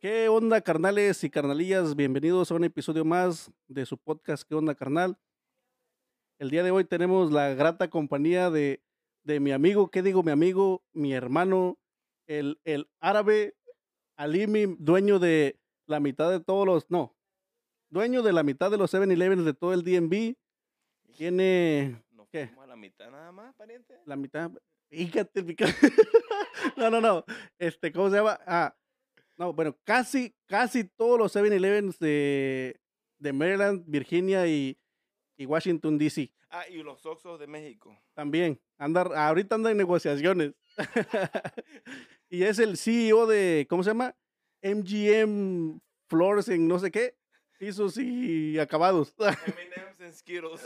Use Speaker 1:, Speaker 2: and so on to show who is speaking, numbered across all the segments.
Speaker 1: ¿Qué onda, carnales y carnalillas? Bienvenidos a un episodio más de su podcast ¿Qué onda, carnal? El día de hoy tenemos la grata compañía de, de mi amigo, ¿qué digo mi amigo? Mi hermano, el, el árabe Alimi, dueño de la mitad de todos los... No, dueño de la mitad de los 7-Elevens de todo el DNB. Tiene
Speaker 2: Nos
Speaker 1: ¿Qué?
Speaker 2: fuimos a la mitad nada más, pariente.
Speaker 1: la mitad... Fíjate, fíjate. no, no, no. Este, ¿cómo se llama? Ah, no, bueno, casi, casi todos los 7-Elevens de, de Maryland, Virginia y, y Washington, D.C.
Speaker 2: Ah, y los Oxos de México.
Speaker 1: También. Anda, ahorita anda en negociaciones. y es el CEO de, ¿cómo se llama? MGM Floors en no sé qué. Pisos y acabados.
Speaker 2: M&M's and Skittles.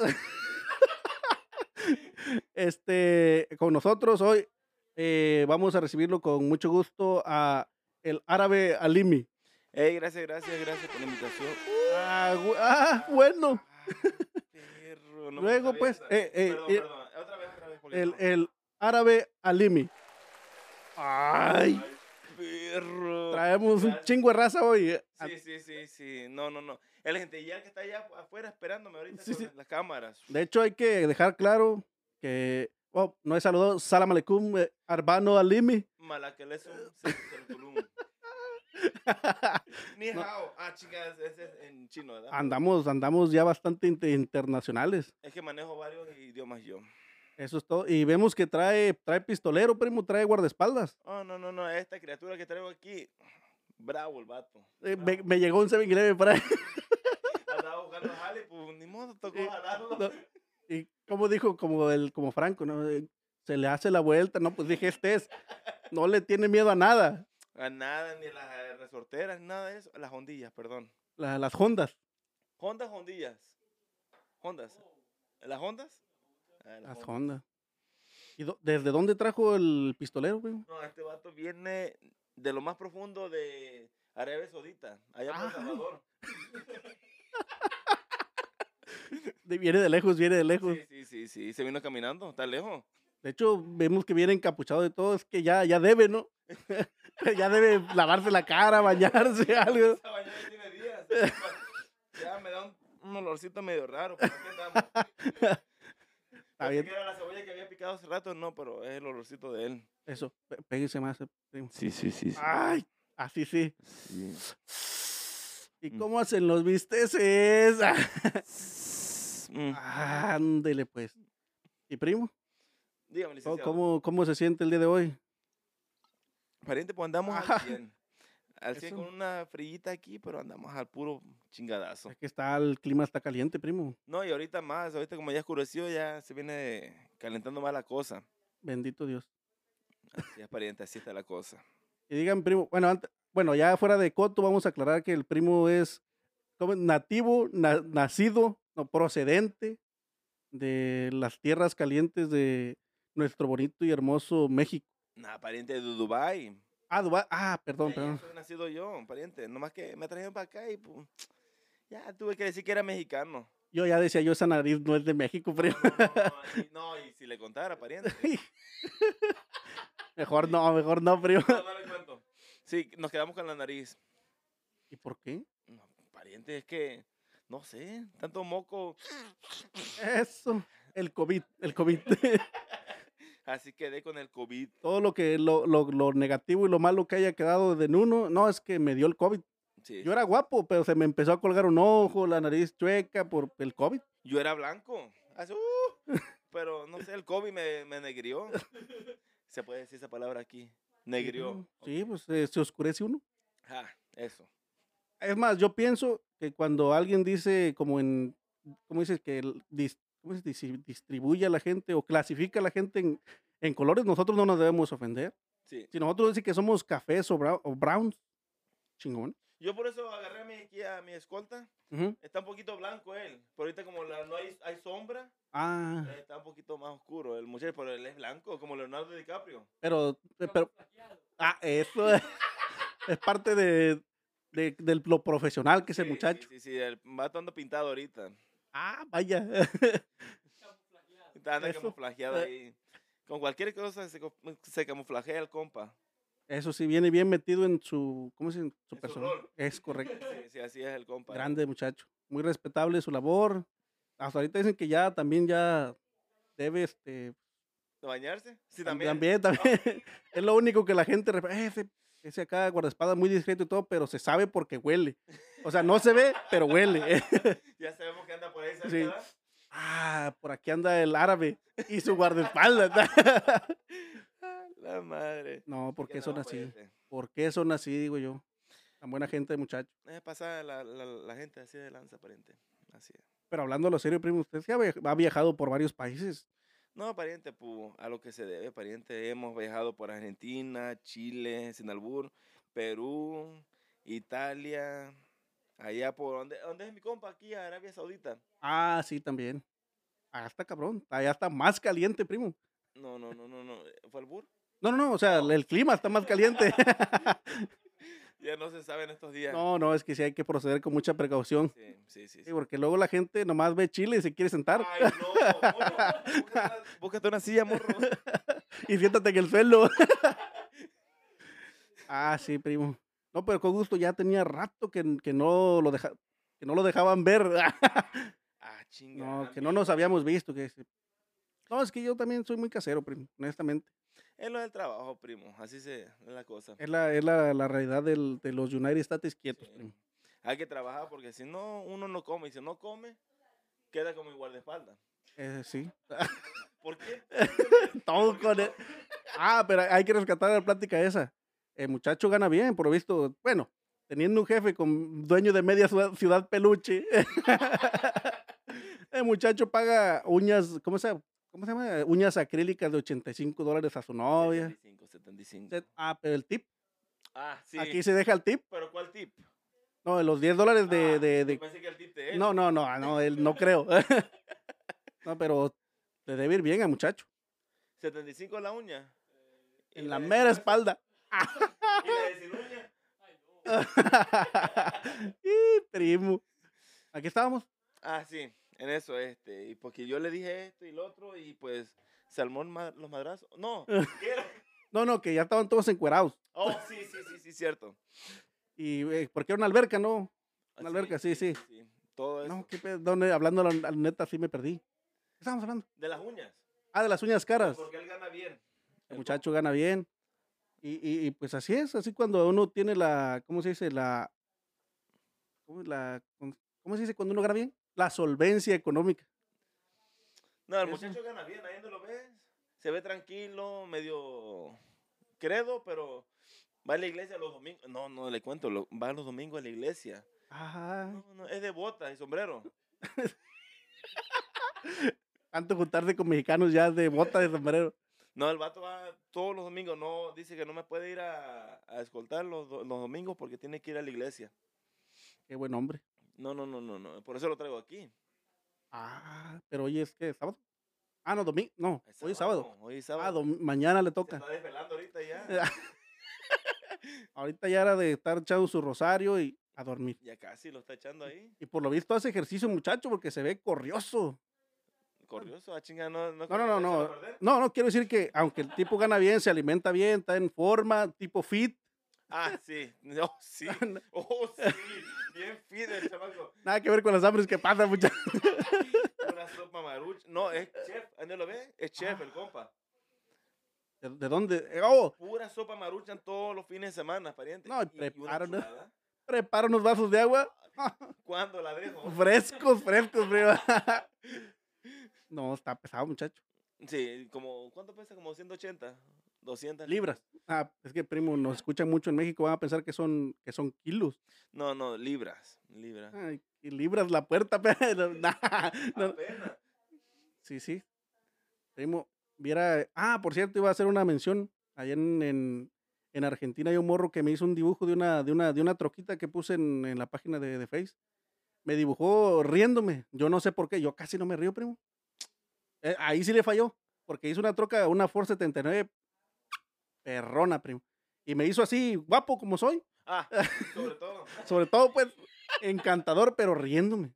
Speaker 1: este, con nosotros hoy eh, vamos a recibirlo con mucho gusto a el árabe Alimi.
Speaker 2: Ey, gracias, gracias, gracias por la invitación.
Speaker 1: Ah, gu- ah, bueno,
Speaker 2: Ah, perro, no me
Speaker 1: Luego,
Speaker 2: sabía
Speaker 1: pues,
Speaker 2: esa.
Speaker 1: eh, eh,
Speaker 2: perdón,
Speaker 1: eh,
Speaker 2: perdón. Otra vez, otra vez. Julián,
Speaker 1: el, eh,
Speaker 2: no.
Speaker 1: el árabe Alimi. Ay,
Speaker 2: Perro.
Speaker 1: traemos un chingo de raza hoy. Ah,
Speaker 2: Sí, sí, sí, sí. No, no, no. El gentillal que está allá afuera esperándome ahorita
Speaker 1: Sí,
Speaker 2: con
Speaker 1: sí.
Speaker 2: las cámaras.
Speaker 1: De hecho, hay que dejar claro que oh, no he saludado. Salam aleikum, eh, Arbano Alimi.
Speaker 2: Mala que le es un se- se lo tulum. Ni
Speaker 1: No. Ah,
Speaker 2: hao. Ah, chicas, ese es en chino, ¿verdad?
Speaker 1: Andamos, andamos ya bastante inter- internacionales.
Speaker 2: Es que manejo varios idiomas yo.
Speaker 1: Eso es todo. Y vemos que trae, trae pistolero, primo, trae guardaespaldas.
Speaker 2: Oh, no, no, no, esta criatura que traigo aquí. Bravo el vato.
Speaker 1: Eh,
Speaker 2: bravo.
Speaker 1: me, me llegó un 7-Eleven para
Speaker 2: Andaba buscando a Jale, pues ni modo, tocó
Speaker 1: Eh,
Speaker 2: jalarlo.
Speaker 1: no. Y como dijo, como el, como Franco, ¿no? Eh, Se le hace la vuelta, no, pues dije, este es, no le tiene miedo a nada.
Speaker 2: A nada, ni las eh, resorteras, nada de eso. Las hondillas, perdón.
Speaker 1: La- las Hondas,
Speaker 2: Hondas, hondillas. Hondas. ¿Las hondas? Ah,
Speaker 1: las
Speaker 2: hondas.
Speaker 1: Hondas. ¿Y dó- desde dónde trajo el pistolero, primo?
Speaker 2: No, este vato viene de lo más profundo de Arabia Saudita, allá por El
Speaker 1: Ay.
Speaker 2: Salvador.
Speaker 1: De- viene de lejos, viene de lejos.
Speaker 2: Sí, sí, sí, sí. Se vino caminando, está lejos.
Speaker 1: De hecho, vemos que viene encapuchado de todo, es que ya, ya debe, ¿no? ya debe lavarse la cara, bañarse, algo.
Speaker 2: Esa bañada ya tiene días. Ya me da un, un olorcito medio raro. pero aquí andamos.
Speaker 1: Está
Speaker 2: Pensé
Speaker 1: bien,
Speaker 2: que era la cebolla que había picado hace rato, no, pero es el olorcito de él. Ah.
Speaker 1: eso, pe- péguese más, eh, primo.
Speaker 2: Sí, sí, sí.
Speaker 1: Ay, así sí.
Speaker 2: sí.
Speaker 1: ¿Y
Speaker 2: Mm.
Speaker 1: cómo hacen los bisteces?
Speaker 2: Mm.
Speaker 1: Ándele, pues. ¿Y primo?
Speaker 2: Dígame,
Speaker 1: ¿Cómo-
Speaker 2: licenciado.
Speaker 1: ¿Cómo, cómo se siente el día de hoy?
Speaker 2: Pariente, pues andamos
Speaker 1: Ajá.
Speaker 2: al 100. Al 100
Speaker 1: Eso.
Speaker 2: con una frillita aquí, pero andamos al puro chingadazo.
Speaker 1: Es que está el clima está caliente, primo.
Speaker 2: No, y ahorita más, ahorita como ya oscureció, ya se viene calentando más la cosa.
Speaker 1: Bendito Dios.
Speaker 2: Así es, pariente, así está la cosa.
Speaker 1: Y digan, primo, bueno, ante- bueno, ya fuera de Coto vamos a aclarar que el primo es ¿cómo es? nativo, na- nacido, no procedente de las tierras calientes de nuestro bonito y hermoso México.
Speaker 2: Nah, pariente de Dubái.
Speaker 1: Ah, Dubái. Ah, perdón,
Speaker 2: De ahí
Speaker 1: perdón.
Speaker 2: soy nacido yo, pariente. Nomás que me trajeron para acá y pues, ya tuve que decir que era mexicano.
Speaker 1: Yo ya decía, yo esa nariz no es de México, primo.
Speaker 2: No, no, y- no, y si le contara, pariente.
Speaker 1: Mejor no, mejor no, primo.
Speaker 2: No, no le cuento. Sí, nos quedamos con la nariz.
Speaker 1: ¿Y por qué?
Speaker 2: No, pariente, es que, no sé, tanto moco.
Speaker 1: Eso. El COVID, el COVID.
Speaker 2: Así quedé con el COVID.
Speaker 1: Todo lo que lo, lo- lo negativo y lo malo que haya quedado de en uno, no, es que me dio el COVID.
Speaker 2: Sí.
Speaker 1: Yo era guapo, pero se me empezó a colgar un ojo, la nariz chueca por el COVID.
Speaker 2: Yo era blanco. así, ¡uh! pero no sé, el COVID me, me negrió. ¿Se puede decir esa palabra aquí? Negrió.
Speaker 1: Sí, pues eh, se oscurece uno.
Speaker 2: Ajá, eso.
Speaker 1: Es más, yo pienso que cuando alguien dice, como en, ¿cómo dices? Que el dis- ¿cómo se dice? distribuye a la gente o clasifica a la gente en, en colores, nosotros no nos debemos ofender.
Speaker 2: Sí.
Speaker 1: Si nosotros decimos que somos cafés o, browns, browns, chingón.
Speaker 2: Yo por eso agarré a mi, aquí a mi escolta.
Speaker 1: Ujú.
Speaker 2: Está un poquito blanco él. Pero ahorita como la- no hay, hay sombra,
Speaker 1: Ah,
Speaker 2: eh, está un poquito más oscuro el muchacho. Pero él es blanco, como Leonardo DiCaprio.
Speaker 1: pero, eh, pero ah, eso es parte de, de- de lo profesional que es el
Speaker 2: Sí, sí,
Speaker 1: muchacho.
Speaker 2: Sí, sí, el vato anda pintado ahorita.
Speaker 1: Ah, vaya.
Speaker 2: Anda
Speaker 1: Eso.
Speaker 2: camuflajeado
Speaker 1: Eh.
Speaker 2: ahí. Con cualquier cosa se, co- se camuflajea el compa.
Speaker 1: Eso sí, viene bien metido en su, ¿cómo se dice? Su
Speaker 2: En su
Speaker 1: persona.
Speaker 2: rol.
Speaker 1: Es correcto.
Speaker 2: Sí, sí, así es el compa.
Speaker 1: Grande muchacho. Muy respetable su labor. Hasta ahorita dicen que ya también ya debe, este,
Speaker 2: ¿De bañarse? Sí,
Speaker 1: también,
Speaker 2: también.
Speaker 1: también. también. es lo único que la gente, rep- "Eh, ese, ese acá guardaespaldas muy discreto y todo, pero se sabe porque huele. O sea, no se ve, pero huele.
Speaker 2: Ya sabemos que anda por ahí, ¿sabes?
Speaker 1: Sí.
Speaker 2: verdad?
Speaker 1: ah, por aquí anda el árabe y su guardaespaldas.
Speaker 2: La madre.
Speaker 1: no, ¿por
Speaker 2: Ya
Speaker 1: qué
Speaker 2: nada
Speaker 1: son
Speaker 2: más
Speaker 1: así?
Speaker 2: parece.
Speaker 1: ¿Por qué son así, digo yo? Tan buena gente, muchacho.
Speaker 2: Es pasada la, la, la gente así de lanza, pariente. Así es.
Speaker 1: Pero hablando lo serio, primo, usted sí ha via- ha viajado por varios países.
Speaker 2: No, pariente, pu, a lo que se debe, pariente. Hemos viajado por Argentina, Chile, sin albur, Perú, Italia, allá por donde, ¿dónde es mi compa aquí, Arabia Saudita.
Speaker 1: Ah, sí, también. Allá está cabrón. Allá está más caliente, primo.
Speaker 2: No, no, no, no, no. ¿Fue albur?
Speaker 1: No, no, no. O sea, el clima está más caliente.
Speaker 2: Ya no se sabe en estos días.
Speaker 1: no, no, es que sí hay que proceder con mucha precaución.
Speaker 2: Sí, sí, sí.
Speaker 1: Sí,
Speaker 2: sí.
Speaker 1: porque luego la gente nomás ve Chile y se quiere sentar.
Speaker 2: Ay, no, morro, búscate una- Búscate una silla, morro.
Speaker 1: Y siéntate en el suelo. ah, sí, primo. No, pero con gusto ya tenía rato que, que no lo deja, que no lo dejaban ver.
Speaker 2: Ah, chinga.
Speaker 1: no, que
Speaker 2: amigo.
Speaker 1: no nos habíamos visto. Que... se- No, es que yo también soy muy casero, primo, honestamente.
Speaker 2: Es lo del trabajo, primo. Así se es la cosa.
Speaker 1: Es la, es la, la realidad del- de los United States quietos,
Speaker 2: Sí.
Speaker 1: primo.
Speaker 2: Hay que trabajar porque si no, uno no come. Y si no come, queda como el guardaespaldas.
Speaker 1: Eh, sí.
Speaker 2: ¿Por qué?
Speaker 1: Todo
Speaker 2: Porque
Speaker 1: con
Speaker 2: no-
Speaker 1: él. Ah, pero hay que rescatar la plática esa. El muchacho gana bien, por lo visto. Bueno, teniendo un jefe con dueño de media ciudad, ciudad peluche. El muchacho paga uñas, ¿cómo se, ¿cómo se llama? Uñas acrílicas de 85 dólares a su novia.
Speaker 2: 75, 75.
Speaker 1: Se- Ah, pero el tip.
Speaker 2: Ah, sí.
Speaker 1: Aquí se deja el tip.
Speaker 2: ¿Pero cuál tip?
Speaker 1: No, los 10 dólares de-
Speaker 2: Ah,
Speaker 1: de-
Speaker 2: yo
Speaker 1: de
Speaker 2: pensé que el tip de él.
Speaker 1: No, no, no, ah, no, él no creo. no, pero te debe ir bien al muchacho.
Speaker 2: 75 la uña. ¿Y
Speaker 1: En la
Speaker 2: de
Speaker 1: mera
Speaker 2: sin
Speaker 1: espalda.
Speaker 2: uña? ¿Y la de sin uña?
Speaker 1: y Eh, primo. Aquí estábamos.
Speaker 2: Ah, sí. En eso, este. Y porque yo le dije esto y lo otro y pues se armó el ma- los madrazos. No. ¿qué era?
Speaker 1: No, no, que ya estaban todos encuerados.
Speaker 2: Oh, sí, sí, sí, sí, cierto.
Speaker 1: Y eh, porque era una alberca, ¿no? Una alberca, sí, sí.
Speaker 2: Todo eso.
Speaker 1: No, qué pedo. ¿dónde? Hablando a la a la neta, sí me perdí. ¿Qué estábamos hablando?
Speaker 2: De las uñas.
Speaker 1: Ah, de las uñas caras.
Speaker 2: Porque él gana bien.
Speaker 1: El muchacho gana bien. Y, y- y, pues así es, así cuando uno tiene la, ¿cómo se dice? La, ¿cómo, es la, con- ¿cómo se dice cuando uno gana bien? La solvencia económica.
Speaker 2: No, el
Speaker 1: Eso.
Speaker 2: muchacho gana bien, ahí no lo ves. Se ve tranquilo, medio credo, pero va a la iglesia los domingos. No, no le cuento, lo- va los domingos a la iglesia.
Speaker 1: Ajá.
Speaker 2: No, no, es de botas y sombrero.
Speaker 1: Tanto juntarse con mexicanos ya de bota de sombrero.
Speaker 2: No, el vato va todos los domingos. No, dice que no me puede ir a, a escoltar los, do- los domingos porque tiene que ir a la iglesia.
Speaker 1: Qué buen hombre.
Speaker 2: No, no, no, no, no. Por eso lo traigo aquí.
Speaker 1: Ah, pero hoy es que sábado. Ah, no, domingo. No,
Speaker 2: Es
Speaker 1: hoy es sábado.
Speaker 2: Hoy es
Speaker 1: Ah,
Speaker 2: sábado.
Speaker 1: dom- mañana le
Speaker 2: Se
Speaker 1: toca.
Speaker 2: está desvelando ahorita ya.
Speaker 1: Ahorita ya era de estar echando su rosario y a dormir.
Speaker 2: Ya casi lo está echando ahí.
Speaker 1: Y por lo visto hace ejercicio, muchacho, porque se ve corrioso.
Speaker 2: Corrioso, a chinga, no. No,
Speaker 1: No, no, no,
Speaker 2: ¿echó a
Speaker 1: no.
Speaker 2: perder?
Speaker 1: No, no quiero decir que aunque el tipo gana bien, se alimenta bien, está en forma, tipo fit,
Speaker 2: Ah, sí. No, sí. Oh, sí. Bien fide el chamaco.
Speaker 1: nada que ver con las hambres que pasan, muchachos.
Speaker 2: Una sopa marucha. No, es chef. ¿Ah, ¿No lo ves? Es chef, el compa.
Speaker 1: ¿De, de dónde? Eh, Oh,
Speaker 2: Pura sopa maruchan todos los fines de semana, pariente.
Speaker 1: No, y
Speaker 2: una
Speaker 1: preparo, ¿no?
Speaker 2: chulada.
Speaker 1: prepara unos vasos de agua
Speaker 2: ¿Cuándo la dejo?
Speaker 1: frescos, frescos, primo. No, está pesado, muchacho.
Speaker 2: Sí, como, ¿cuánto pesa? Como 180, 200
Speaker 1: Libras. Ah, es que, primo, nos escuchan mucho en México, van a pensar que son, que son kilos.
Speaker 2: No, no, libras. Libras.
Speaker 1: Ay, y libras la puerta, pero nah, Ah, no.
Speaker 2: Apenas.
Speaker 1: Sí, sí. Primo, viera. Ah, por cierto, iba a hacer una mención. Allá en, en, en Argentina hay un morro que me hizo un dibujo de una, de una, de una troquita que puse en, en la página de, de Face. Me dibujó riéndome. Yo no sé por qué. Yo casi no me río, primo. Eh, ahí sí le falló. Porque hizo una troca, una Ford 79 perrona, primo. Y me hizo así, guapo como soy.
Speaker 2: Ah, sobre todo.
Speaker 1: Sobre todo, pues, encantador, pero riéndome.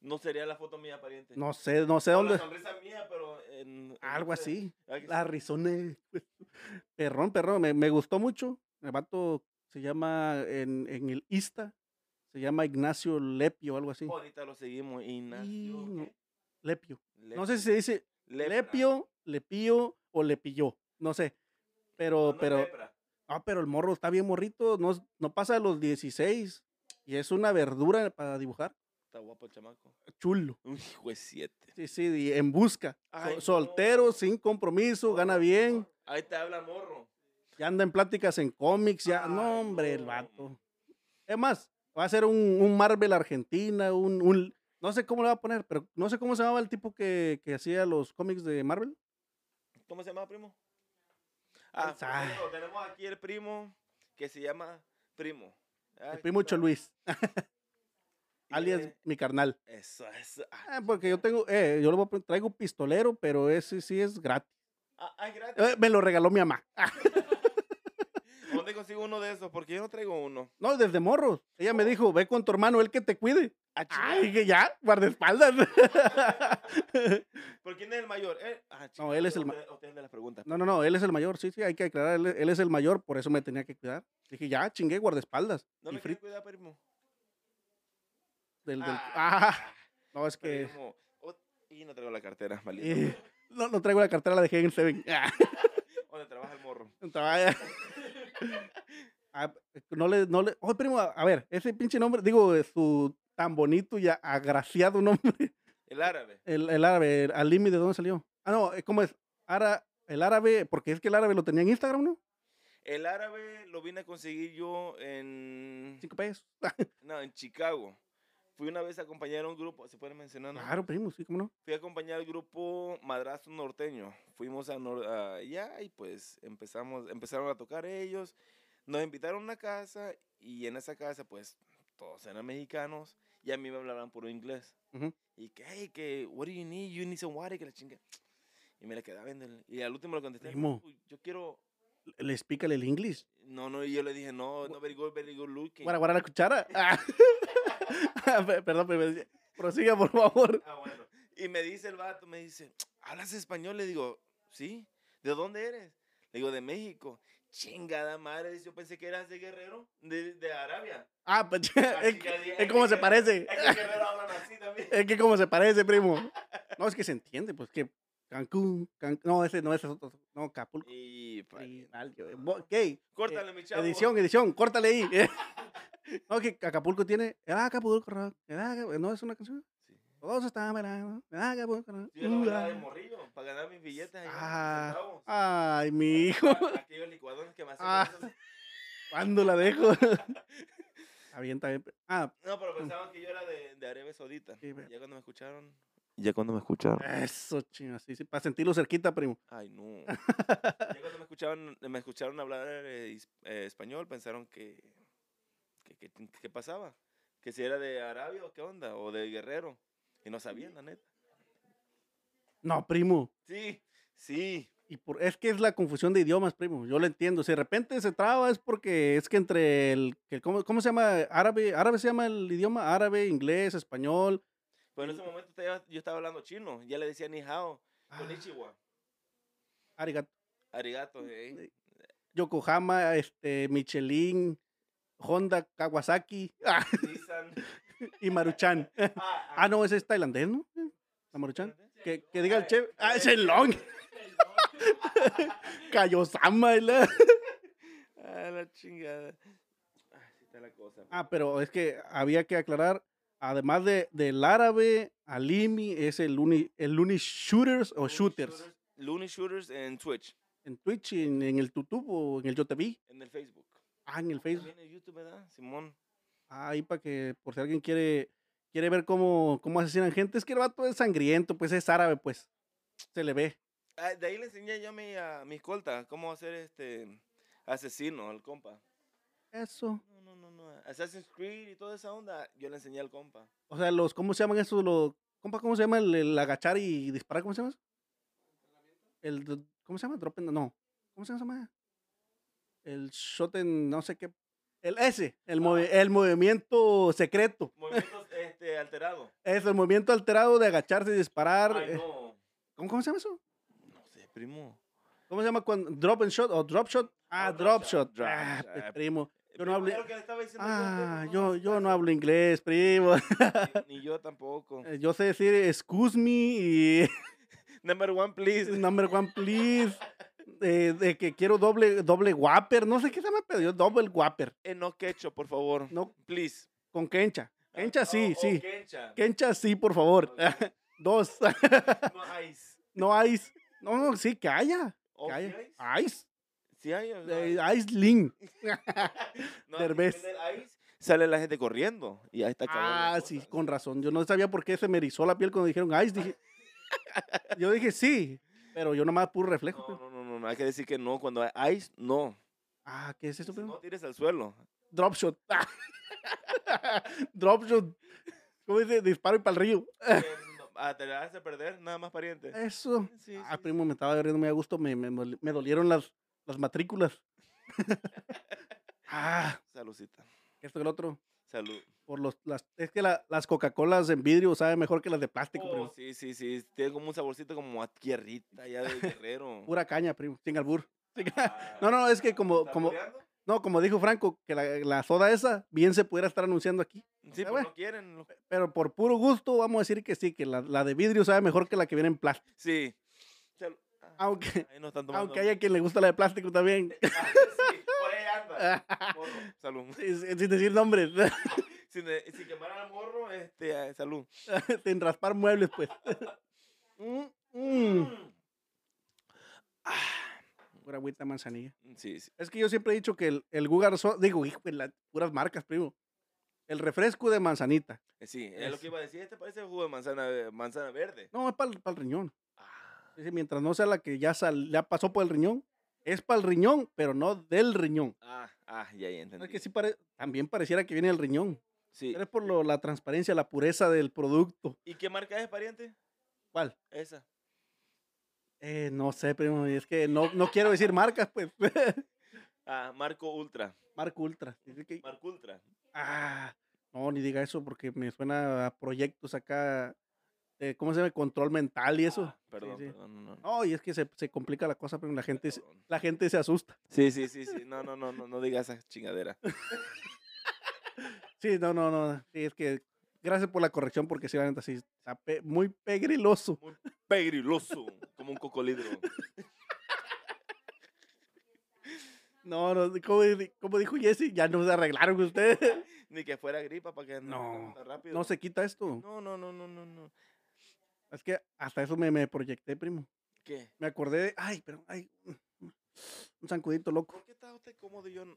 Speaker 2: No sería la foto mía, pariente.
Speaker 1: No sé, no sé
Speaker 2: O la
Speaker 1: dónde.
Speaker 2: sonrisa mía, pero. en- en
Speaker 1: Algo
Speaker 2: este-
Speaker 1: así.
Speaker 2: Ay,
Speaker 1: La risoné. Perrón, perrón, me, me gustó mucho. El vato se llama en, en el Ista, se llama Ignacio Lepio o algo así.
Speaker 2: Ahorita lo seguimos, Ignacio.
Speaker 1: Ign-
Speaker 2: ¿qué?
Speaker 1: Lepio.
Speaker 2: Le-
Speaker 1: No sé si se dice
Speaker 2: lepra.
Speaker 1: Lepio, Lepio o Lepillo, no sé. Pero,
Speaker 2: ah. No, no,
Speaker 1: pero,
Speaker 2: lepra.
Speaker 1: ah, pero el morro está bien morrito, no, es- no pasa de los 16 y es una verdura para dibujar.
Speaker 2: Está guapo el chamaco.
Speaker 1: Chulo.
Speaker 2: Un hijo de siete.
Speaker 1: Sí, sí, y en busca. So-
Speaker 2: Ay, no. Oh,
Speaker 1: soltero, sin compromiso, gana bien,
Speaker 2: Ahí te habla morro.
Speaker 1: ya anda en pláticas en cómics, ya.
Speaker 2: Ay,
Speaker 1: no, hombre, el
Speaker 2: no.
Speaker 1: vato. Es más, va a ser un, un Marvel Argentina, un, un- No sé cómo le va a poner, pero no sé cómo se llamaba el tipo que, que hacía los cómics de Marvel.
Speaker 2: ¿Cómo se llama, primo? Ah, por
Speaker 1: Ah.
Speaker 2: cierto, tenemos aquí el primo que se llama Primo.
Speaker 1: El
Speaker 2: Ay, eh.
Speaker 1: primo
Speaker 2: está-
Speaker 1: Luis,
Speaker 2: y
Speaker 1: alias
Speaker 2: viene-
Speaker 1: mi carnal.
Speaker 2: Eso, eso. Ah,
Speaker 1: Ah, porque yo tengo, eh, yo le voy a poner- traigo un pistolero, pero ese sí es gratis.
Speaker 2: ah, ah, gratis.
Speaker 1: Eh, me lo regaló mi mamá. Ah,
Speaker 2: ¿Dónde consigo uno de esos? Porque yo no traigo uno.
Speaker 1: no, desde morros. Ella
Speaker 2: Oh.
Speaker 1: me dijo, ve con tu hermano, él que te cuide.
Speaker 2: Ah, chinga.
Speaker 1: Ay, que ya, guardaespaldas.
Speaker 2: ¿Por quién es el mayor? Él- ah,
Speaker 1: No,
Speaker 2: chinga,
Speaker 1: él es el
Speaker 2: usted- Usted es el de las preguntas.
Speaker 1: no, no, no, él es el mayor, sí, sí, hay que aclarar, él, él es el mayor, por eso me tenía que cuidar. Dije, ya, chingué, guardaespaldas.
Speaker 2: No
Speaker 1: y
Speaker 2: me
Speaker 1: fri-
Speaker 2: quiere cuidar, primo.
Speaker 1: del, del-
Speaker 2: Ah,
Speaker 1: Ah, no, es que
Speaker 2: primo. Ot- Y no traigo la cartera, maldito.
Speaker 1: eh, no, no traigo la cartera, la dejé en Seven. Ah,
Speaker 2: ¿Dónde trabaja el morro?
Speaker 1: estaba- Ah, no le, no le, oye, primo, a, a ver, ese pinche nombre, digo, eh, su tan bonito y a- agraciado nombre,
Speaker 2: El árabe.
Speaker 1: el, el árabe, el- al límite, ¿de dónde salió? Ah, no, eh, ¿cómo es? Ara, el árabe, porque es que el árabe lo tenía en Instagram, ¿no?
Speaker 2: El árabe lo vine a conseguir yo en,
Speaker 1: Cinco pesos.
Speaker 2: no, en Chicago. Fui una vez a acompañar a un grupo, ¿se puede mencionar? no?
Speaker 1: Claro, primo, sí, ¿cómo no?
Speaker 2: Fui a acompañar al grupo Madrazo Norteño. Fuimos a Nor- a allá y pues empezamos, empezaron a tocar ellos. Nos invitaron a una casa y en esa casa pues todos eran mexicanos y a mí me hablaban puro inglés.
Speaker 1: Ujú.
Speaker 2: Y que, hey, que, what do you need? You need some water, que la chinga. Y me la quedaba viendo. Y al último le contesté,
Speaker 1: Primo.
Speaker 2: "Uy, yo quiero...
Speaker 1: le explica el inglés.
Speaker 2: No, no, y yo le dije, no, no, very good, very good looking.
Speaker 1: Guara, guara la cuchara. Ah. Pe- Perdón, pero prosiga, por favor.
Speaker 2: Ah, bueno. Y me dice el vato, me dice, ¿hablas español? Le digo, ¿sí? ¿De dónde eres? Le digo, de México. Chingada madre, dice, yo pensé que eras de Guerrero, de, de Arabia.
Speaker 1: Ah, pues,
Speaker 2: Ah,
Speaker 1: es,
Speaker 2: chinga, sí,
Speaker 1: que- es como se
Speaker 2: Guerrero-
Speaker 1: parece.
Speaker 2: Es que en Guerrero hablan así también.
Speaker 1: Es que como se parece, primo. No, es que se entiende, pues que Cancún, Can- no, ese no, ese es otro. No, Acapulco.
Speaker 2: Y, pa-
Speaker 1: Trinal, yo- bo- Ok, eh,
Speaker 2: córtale, mi chavo.
Speaker 1: edición, edición, córtale ahí. No, que Acapulco tiene. Era Acapulco Rock. era Acapulco- no es una canción.
Speaker 2: Sí.
Speaker 1: Todos están verano. Era Acapulco Rock.
Speaker 2: Yo lo bailaba de
Speaker 1: Uh,
Speaker 2: morrillo, para ganar mis billetes. ahí,
Speaker 1: Ah.
Speaker 2: centavos.
Speaker 1: ah. Ay, mi hijo.
Speaker 2: A- Aquellos licuadores que me hacen.
Speaker 1: Ah.
Speaker 2: esos-
Speaker 1: ¿Cuándo la dejo? está bien, está bien. Ah,
Speaker 2: No, pero pensaban que yo era de, de Arabia Saudita.
Speaker 1: Sí, ve.
Speaker 2: Ya cuando me escucharon. Ya cuando me escucharon.
Speaker 1: eso, chino. Sí, sí, para sentirlo cerquita, primo.
Speaker 2: Ay, no. Ya cuando me escucharon, me escucharon hablar eh, is- eh, español, pensaron que, que, que- que- que pasaba. Que si era de Arabia o qué onda, o de Guerrero. Y no sabían, la neta.
Speaker 1: No, primo.
Speaker 2: Sí, sí.
Speaker 1: Y por, es que es la confusión de idiomas, primo. Yo lo entiendo. Si de repente se traba es porque es que entre el... que el- ¿cómo, cómo se llama? Árabe. Árabe se llama el idioma árabe, inglés, español.
Speaker 2: Pero en ese momento estaba- yo estaba hablando chino. Ya le decía ni hao,
Speaker 1: Ah,
Speaker 2: konnichiwa,
Speaker 1: arigato.
Speaker 2: arigato. eh.
Speaker 1: Yokohama, este, Michelin, Honda, Kawasaki ah,
Speaker 2: Nissan.
Speaker 1: y Maruchan.
Speaker 2: Ah,
Speaker 1: Ah, no, ese es tailandés, ¿no? La Maruchan. Que, que diga el chef. Ah, es el long. Kayosama. y la-
Speaker 2: Ah, la chingada. Ah, sí está la cosa.
Speaker 1: Ah, pero es que había que aclarar, además de, del árabe, Alimi es el Luni, el Luni Shooters o
Speaker 2: Looney
Speaker 1: pues, Shooters.
Speaker 2: Looney Shooters en Twitch,
Speaker 1: En Twitch, en, en el YouTube o en el Yo Te Vi.
Speaker 2: en el Facebook.
Speaker 1: Ah, en el Facebook.
Speaker 2: También en YouTube, ¿verdad? Simón.
Speaker 1: Ah, ahí para que, por si alguien quiere, quiere ver cómo, cómo asesinan gente. Es que el vato es sangriento, pues es árabe, pues. Se le ve.
Speaker 2: Ah, de ahí le enseñé yo a mi, a mi escolta cómo hacer este asesino al compa.
Speaker 1: Eso.
Speaker 2: No, no, no, no. Assassin's Creed y toda esa onda, yo le enseñé al compa.
Speaker 1: O sea, los, ¿cómo se llaman esos? Los, compa, ¿cómo se llama el, el agachar y disparar? ¿Cómo se llama? eso? El, dr- ¿Cómo se llama? Drop and- no. ¿Cómo se llama? El shot en no sé qué. El S,
Speaker 2: Ah,
Speaker 1: el, movi- el movimiento secreto.
Speaker 2: Movimientos este, alterados.
Speaker 1: Es el movimiento alterado de agacharse y disparar.
Speaker 2: Ay,
Speaker 1: eh,
Speaker 2: no.
Speaker 1: ¿cómo, cómo se llama eso?
Speaker 2: No sé, primo.
Speaker 1: ¿Cómo- ¿Cómo se llama cuando? Drop and shot o drop shot. Ah,
Speaker 2: drop
Speaker 1: drop
Speaker 2: shot,
Speaker 1: shot.
Speaker 2: drop
Speaker 1: ah,
Speaker 2: shot. eh,
Speaker 1: pe- primo. Yo no
Speaker 2: Primo,
Speaker 1: hablo.
Speaker 2: es lo que le estaba diciendo
Speaker 1: Ah,
Speaker 2: antes,
Speaker 1: yo,
Speaker 2: sí,
Speaker 1: yo
Speaker 2: sí,
Speaker 1: no hablo inglés, primo.
Speaker 2: Ni ni yo tampoco.
Speaker 1: Eh, Yo sé decir excuse me y
Speaker 2: Number one, please.
Speaker 1: number one, please. Eh, de que quiero doble, doble whopper. No sé qué se llama, pero yo doble whopper.
Speaker 2: Eh, no quecho, por favor.
Speaker 1: No,
Speaker 2: Please.
Speaker 1: con kencha. Kencha sí,
Speaker 2: Oh, oh,
Speaker 1: sí.
Speaker 2: Kencha.
Speaker 1: Kencha sí, por favor. Dos.
Speaker 2: No ice.
Speaker 1: No ice. No, no, sí, que haya.
Speaker 2: Oh,
Speaker 1: que
Speaker 2: sí
Speaker 1: haya.
Speaker 2: ice.
Speaker 1: Ice.
Speaker 2: Sí hay, o no hay.
Speaker 1: eh, ice Link.
Speaker 2: No,
Speaker 1: Derbez.
Speaker 2: depende del ice, Sale la gente corriendo y ahí está acabó la
Speaker 1: Ah,
Speaker 2: cosa.
Speaker 1: sí, con razón. Yo no sabía por qué se me erizó la piel cuando dijeron ice. Dije, yo dije sí, pero yo nomás puro reflejo.
Speaker 2: No,
Speaker 1: pero-
Speaker 2: no, no, no, no, hay que decir que no. Cuando hay ice, no.
Speaker 1: Ah, ¿qué es eso?
Speaker 2: Si
Speaker 1: pero?
Speaker 2: Pues no tires al suelo.
Speaker 1: Drop shot. Drop shot. ¿Cómo dice? Disparo y para el río.
Speaker 2: Eh, no, ah, te la vas a perder, nada más pariente.
Speaker 1: Eso.
Speaker 2: Sí,
Speaker 1: Ah,
Speaker 2: sí,
Speaker 1: primo, me estaba riendo muy a gusto. Me, me, mol- me dolieron las, las matrículas. ah,
Speaker 2: sí. Saludcita.
Speaker 1: esto que el otro.
Speaker 2: Salud.
Speaker 1: Por los, las, es que la- las Coca-Colas en vidrio saben mejor que las de plástico,
Speaker 2: Oh,
Speaker 1: primo.
Speaker 2: sí, sí, sí. Tiene como un saborcito como a tierrita ya de guerrero.
Speaker 1: Pura caña, primo. Sin albur. Sin-
Speaker 2: Ah,
Speaker 1: No, no, es que como- como-
Speaker 2: ¿saboreando?
Speaker 1: No, como dijo Franco, que la, la soda esa bien se pudiera estar anunciando aquí.
Speaker 2: Sí, pero
Speaker 1: Eh, bueno.
Speaker 2: no quieren. no-
Speaker 1: Pero por puro gusto vamos a decir que sí, que la, la de vidrio sabe mejor que la que viene en plástico.
Speaker 2: Sí. Sal- ah,
Speaker 1: Aunque,
Speaker 2: Ahí no están tomando.
Speaker 1: aunque haya quien le gusta la de plástico también.
Speaker 2: Ah, sí, por ahí anda. Morro, Salud.
Speaker 1: sin, sin decir nombres,
Speaker 2: Sin, eh, sin quemar al morro, este, eh, salud.
Speaker 1: sin raspar muebles, pues. Mm, mm. Pura agüita manzanilla.
Speaker 2: Sí, sí.
Speaker 1: Es que yo siempre he dicho que el, el Gugar Soda, digo, hijo, de las puras marcas, primo. El refresco de manzanita.
Speaker 2: Eh, Sí, es lo
Speaker 1: Eso.
Speaker 2: que iba a decir. Este parece jugo de manzana, eh, manzana verde.
Speaker 1: No, es para el riñón.
Speaker 2: Ah,
Speaker 1: Dice, mientras no sea la que ya, sal- ya pasó por el riñón, es para el riñón, pero no del riñón.
Speaker 2: ah, ah, ya, ya entendí.
Speaker 1: Es que sí pare- también pareciera que viene el riñón.
Speaker 2: Sí.
Speaker 1: Pero es por lo- la transparencia, la pureza del producto.
Speaker 2: ¿Y qué marca es, pariente?
Speaker 1: ¿Cuál?
Speaker 2: Esa.
Speaker 1: Eh, no sé, primo. Es que no, no quiero decir marcas, pues.
Speaker 2: Ah, Marco Ultra.
Speaker 1: Marco Ultra. Dice que-
Speaker 2: Marco Ultra.
Speaker 1: ah, no, ni diga eso porque me suena a proyectos acá. eh, ¿Cómo se llama? Control mental y eso.
Speaker 2: Ah, perdón,
Speaker 1: Sí, sí.
Speaker 2: perdón. No, no.
Speaker 1: No, y es que se, se complica la cosa, pero la gente, se-
Speaker 2: Perdón.
Speaker 1: la gente se asusta.
Speaker 2: Sí, sí, sí, sí. No, no, no, no, no digas esa chingadera.
Speaker 1: Sí, no, no, no. Sí, es que gracias por la corrección porque sí, la neta, sí, está pe- muy pegriloso.
Speaker 2: Pegriloso, como un cocolidro.
Speaker 1: No, no, como, di- como dijo Jesse, ya nos arreglaron ustedes.
Speaker 2: Ni que fuera gripa para que
Speaker 1: No,
Speaker 2: tan rápido.
Speaker 1: No se quita esto.
Speaker 2: No, no, no, no, no, no.
Speaker 1: Es que hasta eso me, me proyecté, primo.
Speaker 2: ¿Qué?
Speaker 1: Me acordé de, ay, pero, ay, un zancudito loco.
Speaker 2: ¿Por qué está usted cómodo y yo no?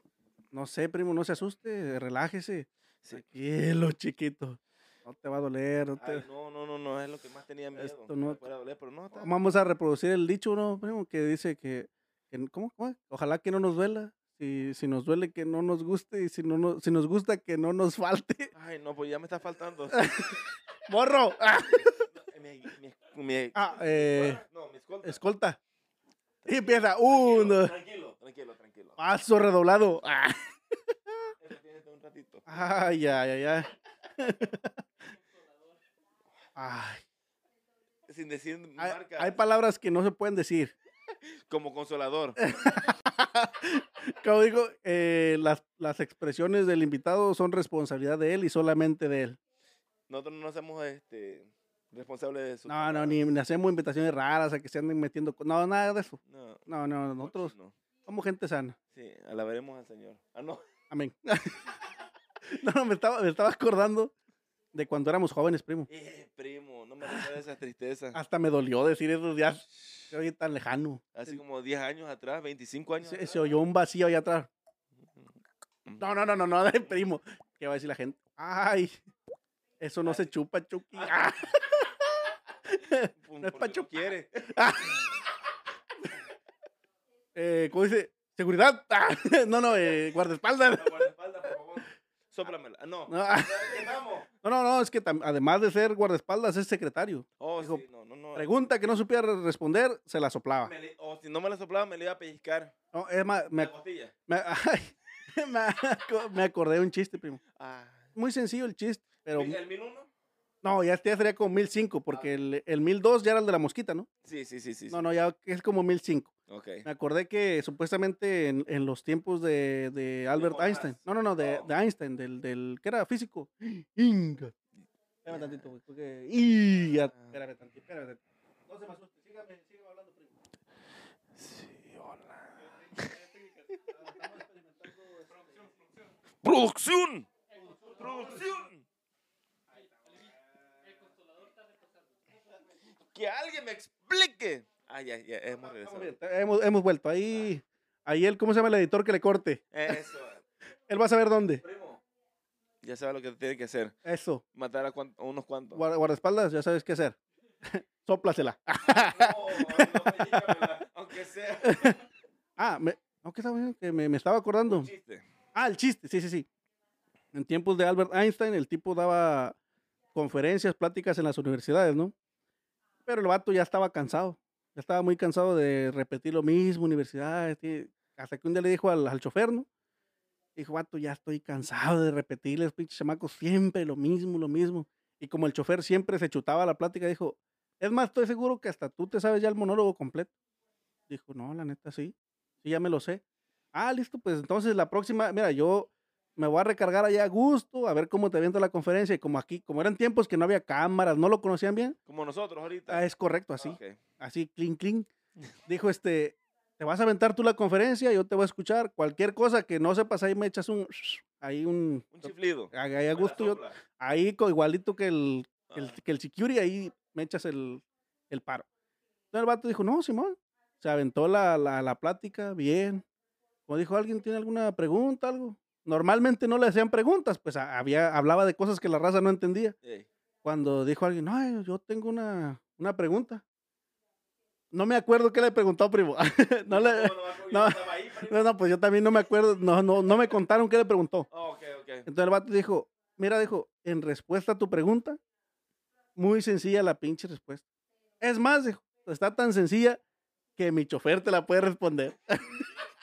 Speaker 1: No sé, primo, no se asuste, relájese.
Speaker 2: Sí.
Speaker 1: Tranquilo, chiquito. No te va a doler. no te-
Speaker 2: Ay, no, no, no, no, es lo que más tenía miedo.
Speaker 1: Esto no-
Speaker 2: que fuera a doler, pero no está.
Speaker 1: Vamos a reproducir el dicho, ¿no, primo? Que dice que, que n- ¿cómo, cómo es? Ojalá que no nos duela. Si, si nos duele, que no nos guste. Y si, no nos, si nos gusta, que no nos falte.
Speaker 2: Ay, no, pues ya me está faltando.
Speaker 1: ¡Morro! Ah,
Speaker 2: mi, mi, mi-
Speaker 1: ah, eh,
Speaker 2: no, mi escolta.
Speaker 1: escolta. Y empieza.
Speaker 2: Tranquilo,
Speaker 1: Uno.
Speaker 2: Tranquilo, tranquilo, tranquilo.
Speaker 1: Paso redoblado. Ah,
Speaker 2: Eso tienes un ratito.
Speaker 1: Ay, ay, ay, ay. Ay,
Speaker 2: Sin decir
Speaker 1: hay,
Speaker 2: marca.
Speaker 1: Ah, hay palabras que no se pueden decir.
Speaker 2: como consolador.
Speaker 1: Eh. Como digo, eh, las, las expresiones del invitado son responsabilidad de él y solamente de él.
Speaker 2: Nosotros no somos este, responsables de eso.
Speaker 1: No, no, ni, ni hacemos invitaciones raras a que se anden metiendo. co- No, nada de eso.
Speaker 2: No,
Speaker 1: No, no, nosotros
Speaker 2: cochino.
Speaker 1: somos gente sana.
Speaker 2: Sí, alabaremos al Señor. Ah, no.
Speaker 1: Amén. no, no, me estaba, me estaba acordando de cuando éramos jóvenes, primo.
Speaker 2: Eh, primo, no me
Speaker 1: Ah.
Speaker 2: recuerdes esas tristezas.
Speaker 1: Hasta me dolió decir esos días. Se oye tan lejano.
Speaker 2: Hace como 10 años atrás, 25 años.
Speaker 1: Se,
Speaker 2: atrás.
Speaker 1: se oyó un vacío allá atrás. No, no, no, no, no, de primo. ¿Qué va a decir la gente? Ay, eso no se chupa, Chucky. Ah,
Speaker 2: Pum,
Speaker 1: no es
Speaker 2: porque
Speaker 1: pa'
Speaker 2: no
Speaker 1: chupar.
Speaker 2: quiere.
Speaker 1: eh, ¿Cómo dice? ¿Seguridad? Ah, no, no, eh, guardaespaldas.
Speaker 2: La guardaespalda, por favor. Sóplamela. Ah, No.
Speaker 1: No, ah,
Speaker 2: Estamos.
Speaker 1: no, no, no, es que tam- además de ser guardaespaldas es secretario.
Speaker 2: Oh,
Speaker 1: Dijo,
Speaker 2: sí, no, no, no.
Speaker 1: Pregunta que no supiera responder, se la soplaba.
Speaker 2: Me le- o si no me la soplaba, me la iba a pellizcar.
Speaker 1: No, es más, me,
Speaker 2: la costilla.
Speaker 1: me- ay, me aco- me acordé de un chiste, primo.
Speaker 2: Ah.
Speaker 1: Muy sencillo el chiste, pero
Speaker 2: ¿El 1001?
Speaker 1: no, ya este ya sería como 1005, porque el, el 1002 ya era el de la mosquita, ¿no?
Speaker 2: Ah. Sí, sí, sí, sí. sí.
Speaker 1: No, no, ya es como 1005.
Speaker 2: Ok.
Speaker 1: Me acordé que supuestamente en, en los tiempos de, de Albert
Speaker 2: Nikola
Speaker 1: Einstein.
Speaker 2: Tesla.
Speaker 1: No, no, no, de,
Speaker 2: Oh.
Speaker 1: de Einstein, del, del que era físico. Inga. Ah. Espérame tantito, güey. porque- Inga. Espérame tantito, espérame tantito. No se me asuste, sígame, sígame hablando, primo.
Speaker 2: Sí, hola. ¡Producción! ¡Producción! ¡Que alguien me explique! Ah, ya, ya,
Speaker 1: Estamos
Speaker 2: hemos regresado.
Speaker 1: bien, te- Hemos, hemos vuelto. Ahí, ahí él, ¿cómo se llama el editor que le corte?
Speaker 2: Eso.
Speaker 1: Él va a saber dónde.
Speaker 2: Primo. Ya sabe lo que tiene que hacer.
Speaker 1: Eso.
Speaker 2: Matar a, cuan- a unos cuantos.
Speaker 1: Guarda- guardaespaldas, ya sabes qué hacer. Sóplasela. Ah,
Speaker 2: No, no, pellícamela, aunque sea
Speaker 1: ah, me, no, ¿qué estaba diciendo? Que me, me estaba acordando.
Speaker 2: un chiste.
Speaker 1: Ah, el chiste, sí, sí, sí. En tiempos de Albert Einstein, el tipo daba conferencias, pláticas en las universidades, ¿no? Pero el vato ya estaba cansado. Ya estaba muy cansado de repetir lo mismo, universidades. ti- Hasta que un día le dijo al, al chofer, ¿no? Dijo, vato, ya estoy cansado de repetirles, pinches chamacos, siempre lo mismo, lo mismo. Y como el chofer siempre se chutaba la plática, dijo, es más, estoy seguro que hasta tú te sabes ya el monólogo completo. Dijo, no, la neta, sí. Sí, ya me lo sé. Ah, listo, pues entonces la próxima, mira, yo me voy a recargar allá a gusto, a ver cómo te avienta la conferencia. Y como aquí, como eran tiempos que no había cámaras, no lo conocían bien,
Speaker 2: Como nosotros ahorita.
Speaker 1: ah, es correcto,
Speaker 2: Ah,
Speaker 1: así,
Speaker 2: ok.
Speaker 1: así, clean, clean. Dijo, este, te vas a aventar tú la conferencia, yo te voy a escuchar. Cualquier cosa que no sepas, ahí me echas un, ahí un,
Speaker 2: Un chiflido.
Speaker 1: ahí a
Speaker 2: Me la
Speaker 1: gusto, yo,
Speaker 2: sopla.
Speaker 1: ahí co- igualito que el,
Speaker 2: Ah,
Speaker 1: el, que el security, ahí me echas el, el paro. Entonces el vato dijo, no, Simón. Se aventó la, la, la plática, bien. Como dijo, ¿alguien tiene alguna pregunta, algo? Normalmente no le hacían preguntas, pues a- había, hablaba de cosas que la raza no entendía.
Speaker 2: ey.
Speaker 1: Cuando dijo alguien, no, yo tengo una, una pregunta. No me acuerdo qué le preguntó, primo. no, le,
Speaker 2: ¿Cómo va a comer?
Speaker 1: no.
Speaker 2: Yo estaba ahí, primo.
Speaker 1: no, no, pues yo también no me acuerdo, no, no, no me contaron qué le preguntó.
Speaker 2: Ah, ok, ok.
Speaker 1: Entonces el vato dijo, mira, dijo, en respuesta a tu pregunta, muy sencilla la pinche respuesta. Es más, dijo, está tan sencilla que mi chofer te la puede responder.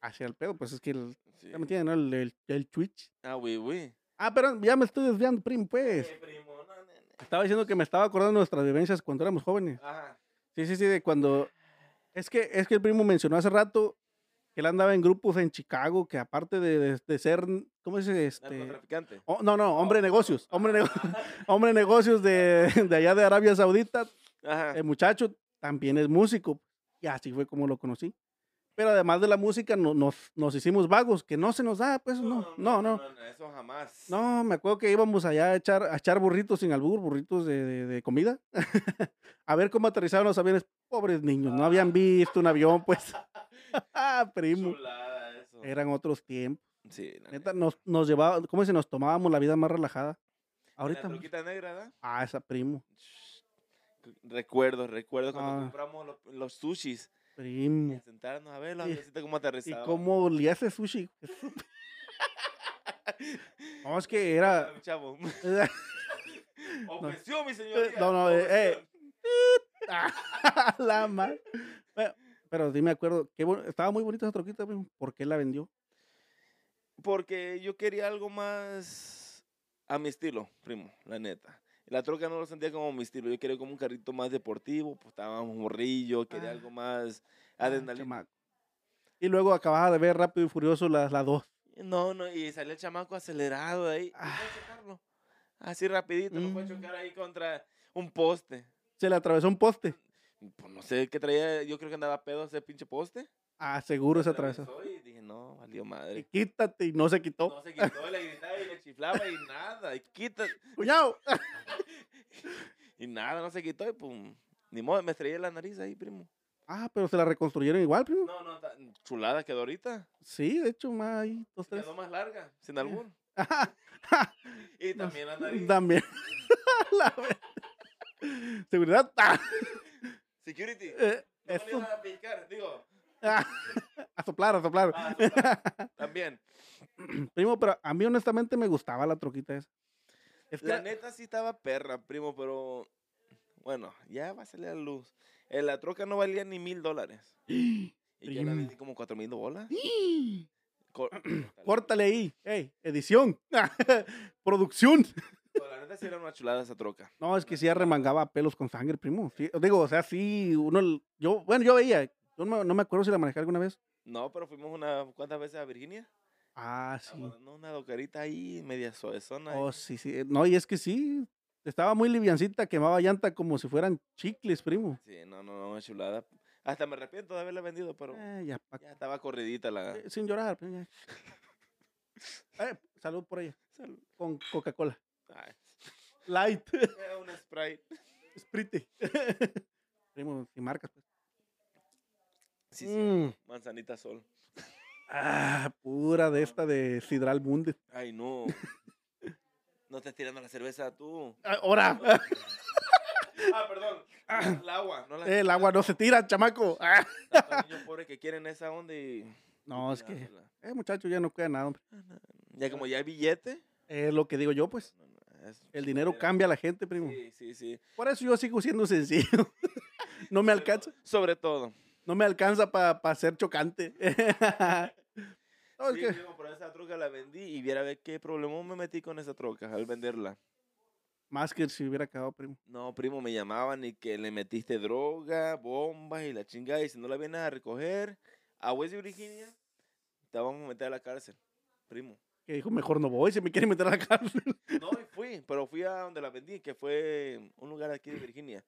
Speaker 1: Hacia el pedo, pues es que el,
Speaker 2: Sí.
Speaker 1: ya me entienden, ¿no? El, el, el Twitch.
Speaker 2: Ah, oui, oui.
Speaker 1: Ah, pero ya me estoy desviando, primo, pues.
Speaker 2: Eh, primo, no, no, no.
Speaker 1: Estaba diciendo que me estaba acordando de nuestras vivencias cuando éramos jóvenes.
Speaker 2: Ajá.
Speaker 1: Sí, sí, sí, de cuando... Es que, es que el primo mencionó hace rato que él andaba en grupos en Chicago, que aparte de, de- de ser, ¿cómo se dice? Este,
Speaker 2: Narcotraficante.
Speaker 1: Oh, no, no, hombre de negocios, hombre, de nego- hombre de negocios de, de allá de Arabia Saudita,
Speaker 2: Ajá.
Speaker 1: el muchacho también es músico y así fue como lo conocí. Pero además de la música no- nos, nos hicimos vagos, que no se nos da, pues no, no, no.
Speaker 2: Eso jamás.
Speaker 1: No, me acuerdo que íbamos allá a echar, a echar burritos sin albur, burritos de, de- de comida, a ver cómo aterrizaban los aviones. Pobres niños, no habían visto un avión, pues. ah, primo.
Speaker 2: Chulada eso.
Speaker 1: Eran otros tiempos.
Speaker 2: Sí, la
Speaker 1: Neta, nos, nos llevaba, ¿cómo se nos tomábamos la vida más relajada?
Speaker 2: Ahorita.
Speaker 1: Ahorita.
Speaker 2: La truquita negra, ¿verdad?
Speaker 1: Ah, esa primo.
Speaker 2: Recuerdo, recuerdo cuando
Speaker 1: Ah.
Speaker 2: compramos los, los sushis. Y a
Speaker 1: Primo.
Speaker 2: sentarnos a ver los
Speaker 1: Y-
Speaker 2: avioncitos
Speaker 1: ¿Y
Speaker 2: cómo aterrizaban.
Speaker 1: cómo olía ese sushi? No, es que era.
Speaker 2: Ah, Chavo. Ofensión, mi señoría.
Speaker 1: No, no, eh, eh.
Speaker 2: ofensión.
Speaker 1: Ah, la madre. Bueno, pero sí me acuerdo. qué bon- Estaba muy bonita esa troquita, primo. ¿Por qué la vendió?
Speaker 2: Porque yo quería algo más a mi estilo, primo, la neta. La troca no lo sentía como mi estilo. Yo quería como un carrito más deportivo, pues estaba un morrillo, quería
Speaker 1: Ah.
Speaker 2: algo más
Speaker 1: Ah,
Speaker 2: adrenalina.
Speaker 1: chamaco. Y luego acababa de ver Rápido y Furioso las la dos.
Speaker 2: No, no, y salió el chamaco acelerado de ahí. y fue a
Speaker 1: Ah.
Speaker 2: chocarlo. Así rapidito, no fue a
Speaker 1: Mm.
Speaker 2: chocar ahí contra un poste.
Speaker 1: Se le atravesó un poste.
Speaker 2: Pues no sé qué traía, yo creo que andaba pedo ese pinche poste.
Speaker 1: Ah, seguro se atravesó.
Speaker 2: Y dije, no, valió
Speaker 1: Y
Speaker 2: madre.
Speaker 1: quítate y no se quitó.
Speaker 2: No se quitó, le gritaba y le chiflaba y nada, y quita,
Speaker 1: ¡Cuñado!
Speaker 2: y nada, no se quitó y pum. Ni modo, me estrellé la nariz ahí, primo.
Speaker 1: Ah, pero se la reconstruyeron igual, primo.
Speaker 2: No, no, ta- chulada quedó ahorita.
Speaker 1: Sí, de hecho, más ahí, dos, tres. Ah,
Speaker 2: Quedó más larga, sin albur. Y
Speaker 1: No,
Speaker 2: también la nariz.
Speaker 1: También. La ve- Seguridad. Ah,
Speaker 2: Security.
Speaker 1: eh,
Speaker 2: No me
Speaker 1: eso.
Speaker 2: lo iba a picar, digo.
Speaker 1: Ah, a soplar, a soplar.
Speaker 2: ah, total, también.
Speaker 1: Primo, pero a mí honestamente me gustaba la troquita esa. Es que
Speaker 2: La
Speaker 1: era-
Speaker 2: neta sí estaba perra, primo, pero bueno, ya va a salir a la luz. Eh, la troca no valía ni mil dólares. Y yo la
Speaker 1: Primo.
Speaker 2: vendí como cuatro mil bolas. Cor-
Speaker 1: Córtale ahí. Ey, edición. Producción.
Speaker 2: Pero la neta sí era una chulada esa troca.
Speaker 1: No, es que sí arremangaba pelos con sangre, primo. Sí, digo, o sea, sí, uno. l- Yo, bueno, yo veía. Yo no, me- no me acuerdo si la manejé alguna vez.
Speaker 2: No, pero fuimos unas cuantas veces a Virginia.
Speaker 1: Ah,
Speaker 2: a
Speaker 1: sí.
Speaker 2: ponernos una doquerita ahí, media soezona. ahí.
Speaker 1: Oh, sí, sí. Eh, No, y es que sí. Estaba muy liviancita, quemaba llanta como si fueran chicles, primo.
Speaker 2: Sí, no, no, no, una chulada. Hasta me arrepiento de haberla vendido, pero
Speaker 1: Eh, ya, pa-
Speaker 2: ya estaba corridita la.
Speaker 1: eh, sin llorar. pues, ya. Eh, salud por ella.
Speaker 2: Salud.
Speaker 1: Con Coca-Cola.
Speaker 2: Ay,
Speaker 1: Light.
Speaker 2: era un Sprite.
Speaker 1: Sprite. primo, sin marcas. pues.
Speaker 2: Sí, sí,
Speaker 1: Mm.
Speaker 2: manzanita sol.
Speaker 1: Ah, pura de esta de Sidral Munde.
Speaker 2: Ay, no. No estés tirando la cerveza tú.
Speaker 1: Ahora,
Speaker 2: Ah, perdón. El agua, no la
Speaker 1: el agua no se tira, chamaco. Ah.
Speaker 2: Tantos niños pobres que quieren esa onda y.
Speaker 1: No, es que,
Speaker 2: dársela.
Speaker 1: eh, muchacho, ya no queda nada, hombre.
Speaker 2: Ya como ya hay billete.
Speaker 1: Es lo que digo yo, pues.
Speaker 2: no, no, es
Speaker 1: El dinero
Speaker 2: chingadera.
Speaker 1: cambia a la gente, primo.
Speaker 2: Sí, sí, sí.
Speaker 1: Por eso yo sigo siendo sencillo. No me alcanza,
Speaker 2: Sobre todo.
Speaker 1: no me alcanza para ser chocante. No, es
Speaker 2: Sí,
Speaker 1: que-
Speaker 2: yo compré esa troca, la vendí y viera a ver qué problema me metí con esa troca al venderla.
Speaker 1: más que si hubiera acabado, primo.
Speaker 2: No, primo, me llamaban y que le metiste droga, bombas y la chingada. Y si no la vienes a recoger a West Virginia, te vamos a meter a la cárcel, primo.
Speaker 1: Que dijo, mejor no voy, si me quieren meter a la cárcel.
Speaker 2: No, y fui, pero fui a donde la vendí, que fue un lugar aquí de Virginia.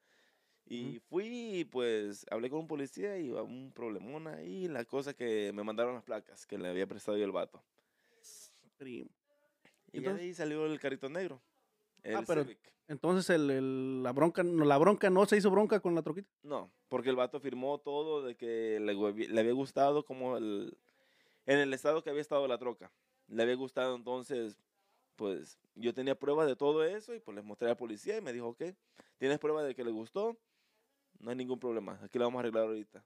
Speaker 2: Y fui y pues hablé con un policía y hubo un problemón ahí, la cosa que me mandaron las placas que le había prestado yo el vato.
Speaker 1: Primo.
Speaker 2: Y ya de
Speaker 1: Entonces-
Speaker 2: ahí salió el carrito negro. El
Speaker 1: Ah, pero-
Speaker 2: Civic.
Speaker 1: Entonces el- el- la, bronca, no, la bronca no se hizo bronca con la troquita.
Speaker 2: No, porque el vato firmó todo de que le, huevi- le había gustado como el, en el estado que había estado la troca. Le había gustado entonces, pues yo tenía pruebas de todo eso y pues les mostré al policía y me dijo, ok, ¿tienes pruebas de que le gustó? No hay ningún problema, aquí la vamos a arreglar ahorita.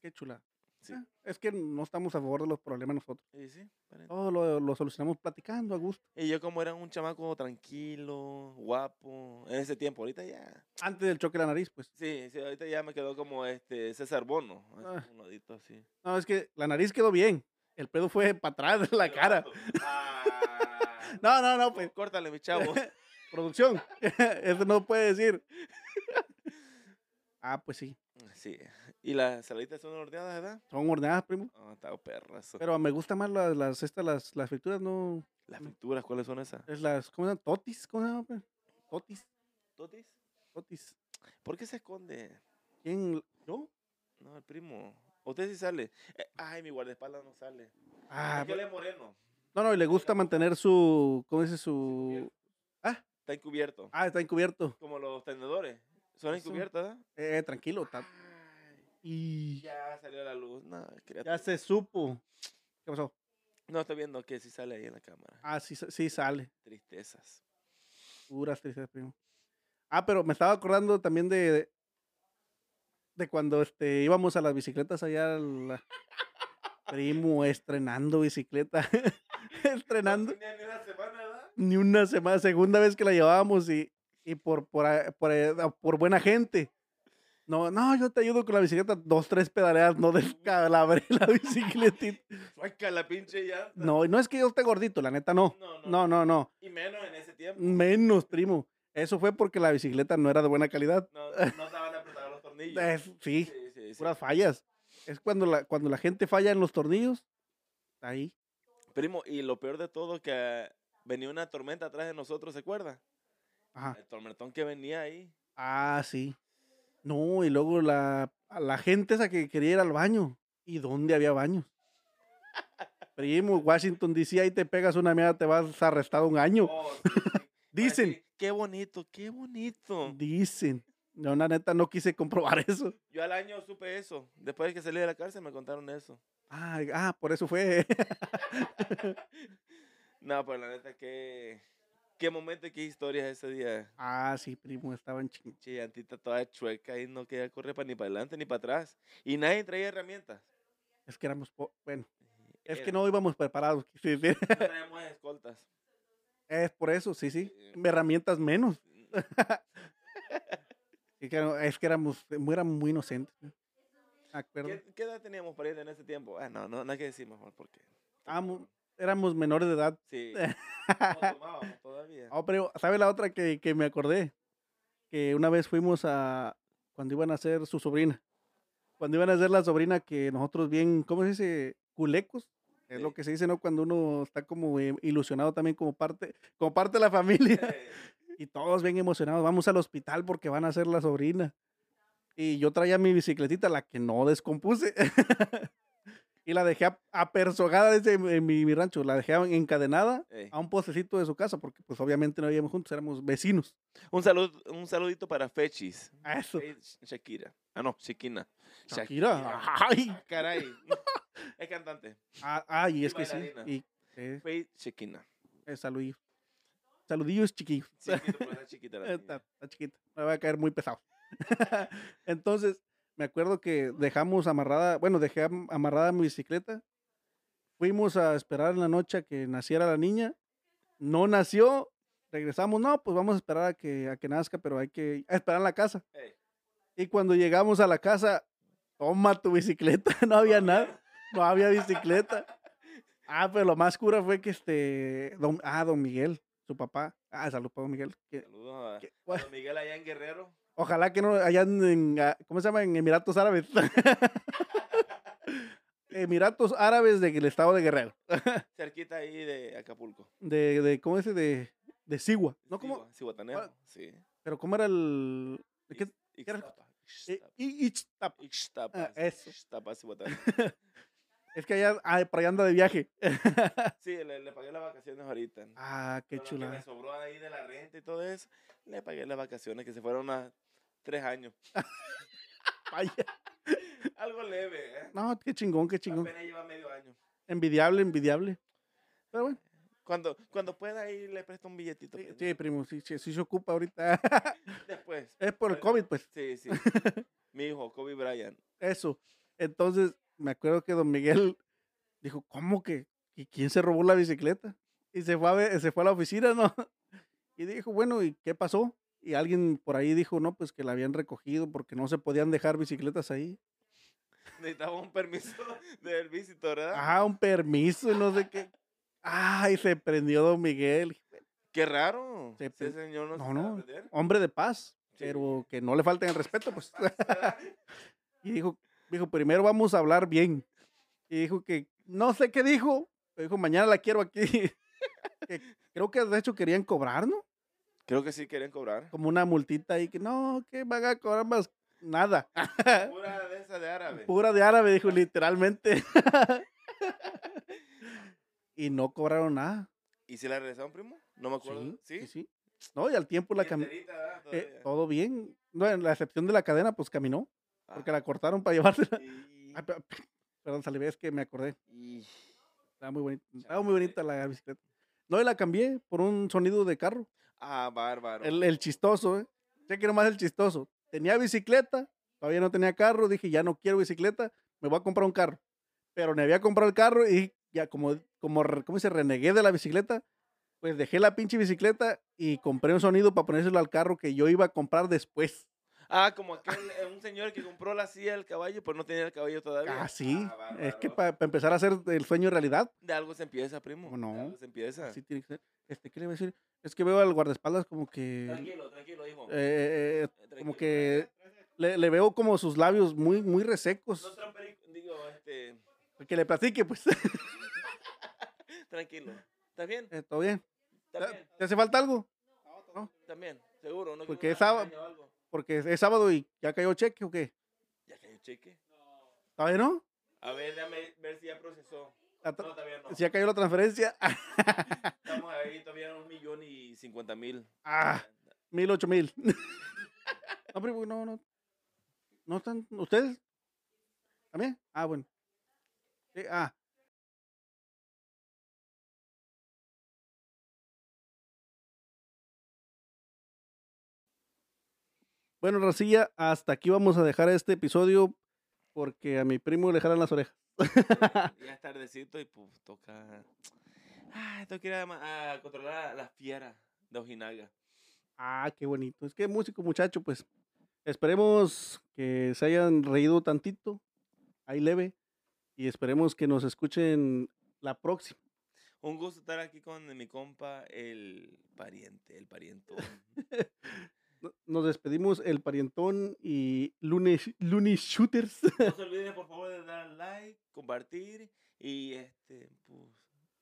Speaker 1: Qué chula.
Speaker 2: Sí.
Speaker 1: Ah, Es que no estamos a favor de los problemas nosotros.
Speaker 2: Y sí, paren-
Speaker 1: Todo lo, lo solucionamos platicando a gusto.
Speaker 2: Y yo como era un chamaco tranquilo, guapo, en ese tiempo, ahorita ya.
Speaker 1: Antes del choque de la nariz, pues.
Speaker 2: Sí, sí, ahorita ya me quedó como este César Bono, así,
Speaker 1: Ah.
Speaker 2: un lodito así.
Speaker 1: No, es que la nariz quedó bien. El pedo fue para atrás de la
Speaker 2: Pero,
Speaker 1: cara.
Speaker 2: ah,
Speaker 1: No, no, no, pues.
Speaker 2: Córtale, mi chavo.
Speaker 1: Producción. Eso no puede decir. Ah, pues sí.
Speaker 2: Sí. ¿Y las saladitas son horneadas, verdad?
Speaker 1: Son horneadas, primo.
Speaker 2: Ah, está perras.
Speaker 1: Pero me gustan más las, las, estas, las, las frituras, no.
Speaker 2: Las frituras, ¿cuáles son esas?
Speaker 1: Es las, ¿cómo se llaman? Totis, ¿cómo se llama? pues? Totis,
Speaker 2: ¿Totis?
Speaker 1: totis.
Speaker 2: ¿Por qué se esconde?
Speaker 1: ¿Quién? ¿Yo?
Speaker 2: No, el primo. Usted sí sale. Eh, ay, mi guardaespaldas no sale.
Speaker 1: Ah,
Speaker 2: es que él es moreno.
Speaker 1: no, no, y le gusta mantener su, ¿cómo dice su?
Speaker 2: Está encubierto.
Speaker 1: Ah, está encubierto.
Speaker 2: Como los tenedores. Son
Speaker 1: Eso.
Speaker 2: encubiertos, ¿verdad?
Speaker 1: Eh, tranquilo. ta-
Speaker 2: Ay,
Speaker 1: Y
Speaker 2: Ya salió a la luz. No, criatura.
Speaker 1: ya se supo. ¿Qué pasó?
Speaker 2: No, estoy viendo que sí sale ahí en la cámara.
Speaker 1: Ah, sí, sa- sí sale.
Speaker 2: Tristezas.
Speaker 1: Puras tristezas, primo. Ah, pero me estaba acordando también de. de, cuando este, íbamos a las bicicletas allá. al- primo, estrenando bicicleta. estrenando.
Speaker 2: tenía ni una semana, ¿verdad?
Speaker 1: Ni una semana, segunda vez que la llevábamos y, y por, por, a- por, a- por buena gente. No, no, yo te ayudo con la bicicleta. Dos, tres pedaleadas, no descalabré la bicicletita.
Speaker 2: Suaca la pinche ya.
Speaker 1: No, y no es que yo esté gordito, la neta, no.
Speaker 2: No, no,
Speaker 1: No, no, no.
Speaker 2: Y menos en ese tiempo.
Speaker 1: Menos, primo. Eso fue porque la bicicleta no era de buena calidad.
Speaker 2: No, no no estaban apretados los tornillos.
Speaker 1: Es- sí,
Speaker 2: Sí, sí, sí.
Speaker 1: puras fallas. Es cuando la, cuando la gente falla en los tornillos. Ahí.
Speaker 2: Primo, y lo peor de todo que ah, venía una tormenta atrás de nosotros, ¿se acuerda?
Speaker 1: Ajá.
Speaker 2: El tormentón que venía ahí.
Speaker 1: Ah, sí. No, y luego la, a la gente esa que quería ir al baño. ¿Y dónde había baños? Primo, Washington DC, ahí te pegas una mierda, te vas arrestado un año.
Speaker 2: Oh, sí, sí. Para
Speaker 1: Dicen,
Speaker 2: decir, Qué bonito, qué bonito.
Speaker 1: dicen. No, la neta, no quise comprobar eso.
Speaker 2: Yo al año supe eso. Después de que salí de la cárcel me contaron eso.
Speaker 1: Ah, ah, por eso fue.
Speaker 2: No, pero la neta, qué, qué momento y qué historias ese día.
Speaker 1: Ah, sí, primo, estaban chingados.
Speaker 2: Che, llantita toda chueca y no quería correr para ni para adelante ni para atrás. Y nadie traía herramientas.
Speaker 1: Es que éramos, po- bueno, es que
Speaker 2: Era-
Speaker 1: no íbamos preparados. quise decir.
Speaker 2: No traíamos escoltas.
Speaker 1: Es por eso, sí, sí.
Speaker 2: Eh,
Speaker 1: Herramientas menos. Sí, claro, Es que éramos, mu- éramos muy inocentes. ¿no? Ah, Me acuerdo.
Speaker 2: ¿Qué, qué edad teníamos para ir en ese tiempo? Ah, no, no, no hay que decir mejor porque.
Speaker 1: Estábamos- Ah, éramos menores de edad.
Speaker 2: Sí. No tomábamos todavía.
Speaker 1: Ah, pero, ¿sabe la otra que, que me acordé? Que una vez fuimos a. Cuando iban a ser su sobrina. Cuando iban a ser la sobrina que nosotros bien, ¿cómo se dice? Culecos. Es
Speaker 2: Sí.
Speaker 1: lo que se dice, ¿no? Cuando uno está como eh, ilusionado también como parte, como parte de la familia. Y todos bien emocionados. Vamos al hospital porque van a ser la sobrina. Y yo traía mi bicicletita, la que no descompuse. y la dejé ap- apersogada desde mi, mi- mi rancho. La dejé encadenada
Speaker 2: Ey.
Speaker 1: a un postecito de su casa porque pues obviamente no vivíamos juntos, éramos vecinos.
Speaker 2: Un, salud, un saludito para Fechis.
Speaker 1: A eso.
Speaker 2: Fe- Shakira. Ah, no, Shakina.
Speaker 1: Shakira. Ay,
Speaker 2: Caray. es cantante.
Speaker 1: Ah, ah, y
Speaker 2: Y
Speaker 1: es que sí.
Speaker 2: bailarina.
Speaker 1: Y, eh,
Speaker 2: Faith Shakina.
Speaker 1: eh, saludillo. Saludillo es chiquillo.
Speaker 2: Sí, entiendo por esa chiquita la
Speaker 1: Está,
Speaker 2: niña.
Speaker 1: Eh, está chiquita. Me va a caer muy pesado. Entonces, me acuerdo que dejamos amarrada, bueno, dejé am- amarrada mi bicicleta. Fuimos a esperar en la noche a que naciera la niña. No nació. Regresamos, no, pues vamos a esperar a que, a que nazca, pero hay que a esperar en la casa.
Speaker 2: Ey.
Speaker 1: Y cuando llegamos a la casa, toma tu bicicleta, no había
Speaker 2: No,
Speaker 1: nada, no había bicicleta. Ah, pero lo más cura fue que este, don, ah, don Miguel, su papá, ah, salud para don Miguel, que-
Speaker 2: Saludos a-
Speaker 1: que-
Speaker 2: a don Miguel allá en Guerrero.
Speaker 1: Ojalá que no, allá en, en, ah, ¿cómo se llama? En Emiratos Árabes. Emiratos Árabes del estado de Guerrero.
Speaker 2: Cerquita ahí de Acapulco.
Speaker 1: De, de ¿cómo dice? De, de Sigua. ¿No? ¿Cómo?
Speaker 2: Sigua- Ciguataneo,
Speaker 1: ¿Cuál?
Speaker 2: Sí.
Speaker 1: ¿Pero cómo era el...? ¿de qué?
Speaker 2: Ix-
Speaker 1: qué era?
Speaker 2: Ixtapa,
Speaker 1: Eh,
Speaker 2: Ixtapa,
Speaker 1: I- Ichta-
Speaker 2: Ixtapa,
Speaker 1: Ah, eso.
Speaker 2: Ixtapa, Ciguataneo.
Speaker 1: Es que allá, ah, para allá anda de viaje.
Speaker 2: Sí, le, le pagué las vacaciones ahorita.
Speaker 1: Ah, qué
Speaker 2: Con lo Que me
Speaker 1: chulada.
Speaker 2: sobró ahí de la renta y todo eso. Le pagué las vacaciones que se fueron a tres años.
Speaker 1: Vaya.
Speaker 2: Algo leve, ¿eh?
Speaker 1: No, qué chingón, qué chingón.
Speaker 2: Apenas lleva medio año.
Speaker 1: Envidiable, envidiable. Pero bueno,
Speaker 2: Cuando, cuando pueda ahí le presto un billetito.
Speaker 1: sí,
Speaker 2: pues,
Speaker 1: sí, primo, sí, sí, sí se ocupa ahorita.
Speaker 2: Después.
Speaker 1: es por el COVID, pues.
Speaker 2: Sí, sí. Mi hijo, Kobe Bryant.
Speaker 1: Eso. Entonces, me acuerdo que don Miguel dijo, ¿cómo que? ¿Y quién se robó la bicicleta? Y se fue a, ver- se fue a la oficina, ¿no? Y dijo, bueno, ¿y qué pasó? Y alguien por ahí dijo, no, pues que la habían recogido porque no se podían dejar bicicletas ahí.
Speaker 2: Necesitaba un permiso del visitor, ¿verdad?
Speaker 1: Ah, un permiso, y no sé qué. Ay, se prendió don Miguel.
Speaker 2: Qué raro.
Speaker 1: Se
Speaker 2: Ese
Speaker 1: pe-
Speaker 2: señor no, se
Speaker 1: pues, no,
Speaker 2: sabe
Speaker 1: no.
Speaker 2: vender.
Speaker 1: Hombre de paz,
Speaker 2: Sí.
Speaker 1: pero que no le falten el respeto, pues.
Speaker 2: ¿Verdad?
Speaker 1: Y dijo, dijo, primero vamos a hablar bien. Y dijo que, no sé qué dijo, pero dijo, mañana la quiero aquí. Que creo que de hecho querían cobrar, ¿no?
Speaker 2: Creo que sí quieren cobrar.
Speaker 1: Como una multita ahí, que no, que van a cobrar más nada.
Speaker 2: Pura de esa de árabe.
Speaker 1: Pura de árabe, dijo, literalmente. y no cobraron nada.
Speaker 2: ¿Y si la regresaron, primo? No me acuerdo.
Speaker 1: Sí,
Speaker 2: Sí,
Speaker 1: sí, sí. No, y al tiempo la eh, caminó.
Speaker 2: Enterita, ¿verdad? Todavía.
Speaker 1: todo bien. No, en la excepción de la cadena, pues caminó,
Speaker 2: Ah,
Speaker 1: porque la cortaron para llevársela.
Speaker 2: y-
Speaker 1: Ay, pe- Perdón, salí, es que me acordé.
Speaker 2: y-
Speaker 1: Estaba muy bonita. Estaba
Speaker 2: Chale.
Speaker 1: muy bonita la bicicleta. No, y la cambié por un sonido de carro.
Speaker 2: Ah, bárbaro.
Speaker 1: El, el chistoso, ¿eh? Ya quiero más el chistoso. Tenía bicicleta, todavía no tenía carro. Dije, ya no quiero bicicleta, me voy a comprar un carro. Pero me había comprado el carro y ya como, como re- ¿cómo se renegué de la bicicleta, pues dejé la pinche bicicleta y compré un sonido para ponérselo al carro que yo iba a comprar después.
Speaker 2: Ah, como aquel, eh, un señor que compró la silla del caballo, pero no tenía el caballo todavía.
Speaker 1: Ah, sí.
Speaker 2: Ah,
Speaker 1: es que
Speaker 2: bárbaro.
Speaker 1: para empezar a hacer el sueño realidad,
Speaker 2: De algo se empieza, primo.
Speaker 1: ¿Cómo no?
Speaker 2: De algo se empieza.
Speaker 1: así tiene que ser. Este, ¿Qué le iba a decir? Es que veo al guardaespaldas como que...
Speaker 2: Tranquilo, tranquilo, hijo.
Speaker 1: eh,
Speaker 2: Tranquilo.
Speaker 1: que- le, le veo como sus labios muy, muy
Speaker 2: No
Speaker 1: resecos.
Speaker 2: sean perico- digo, este,
Speaker 1: Que le platique, pues.
Speaker 2: tranquilo. ¿Estás bien?
Speaker 1: Eh, ¿Todo bien?
Speaker 2: ¿Estás bien?
Speaker 1: ¿Te hace falta algo?
Speaker 2: También, seguro. No
Speaker 1: Porque
Speaker 2: quiero
Speaker 1: esa-
Speaker 2: una araña o algo.
Speaker 1: Porque es sábado y ya cayó cheque o qué.
Speaker 2: Ya que yo cheque.
Speaker 1: ¿Está bien, no?
Speaker 2: A ver, déjame ver si ya procesó.
Speaker 1: La
Speaker 2: No,
Speaker 1: tra-
Speaker 2: todavía no.
Speaker 1: Si ya cayó la transferencia.
Speaker 2: Estamos ahí todavía en un millón y cincuenta mil.
Speaker 1: Ah, mil, ocho mil. No, primo, no, no. ¿No están ustedes? ¿También? Ah, bueno. Sí, ah. Bueno, Racilla, hasta aquí vamos a dejar este episodio porque a mi primo le jalan las orejas. Ah.
Speaker 2: ya es tardecito y pues toca. Ah, tengo que ir a, ma- a controlar a las fieras de Ojinaga.
Speaker 1: Ah, qué bonito. Es que músico, muchacho, pues. Esperemos que se hayan reído tantito, ahí leve, y esperemos que nos escuchen la próxima.
Speaker 2: Un gusto estar aquí con mi compa, el pariente, el parientón.
Speaker 1: No- Nos despedimos el parientón y lunes, lunes shooters.
Speaker 2: No se olviden, por favor, de dar like, compartir y este, pues,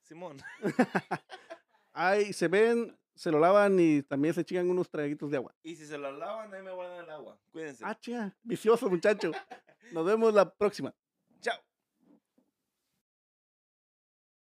Speaker 2: Simón.
Speaker 1: Ay, se ven, se lo lavan y también se chingan unos traguitos de agua.
Speaker 2: Y si se lo lavan, ahí me guardan el agua. Cuídense.
Speaker 1: Ah, chinga, vicioso muchacho. Nos vemos la próxima.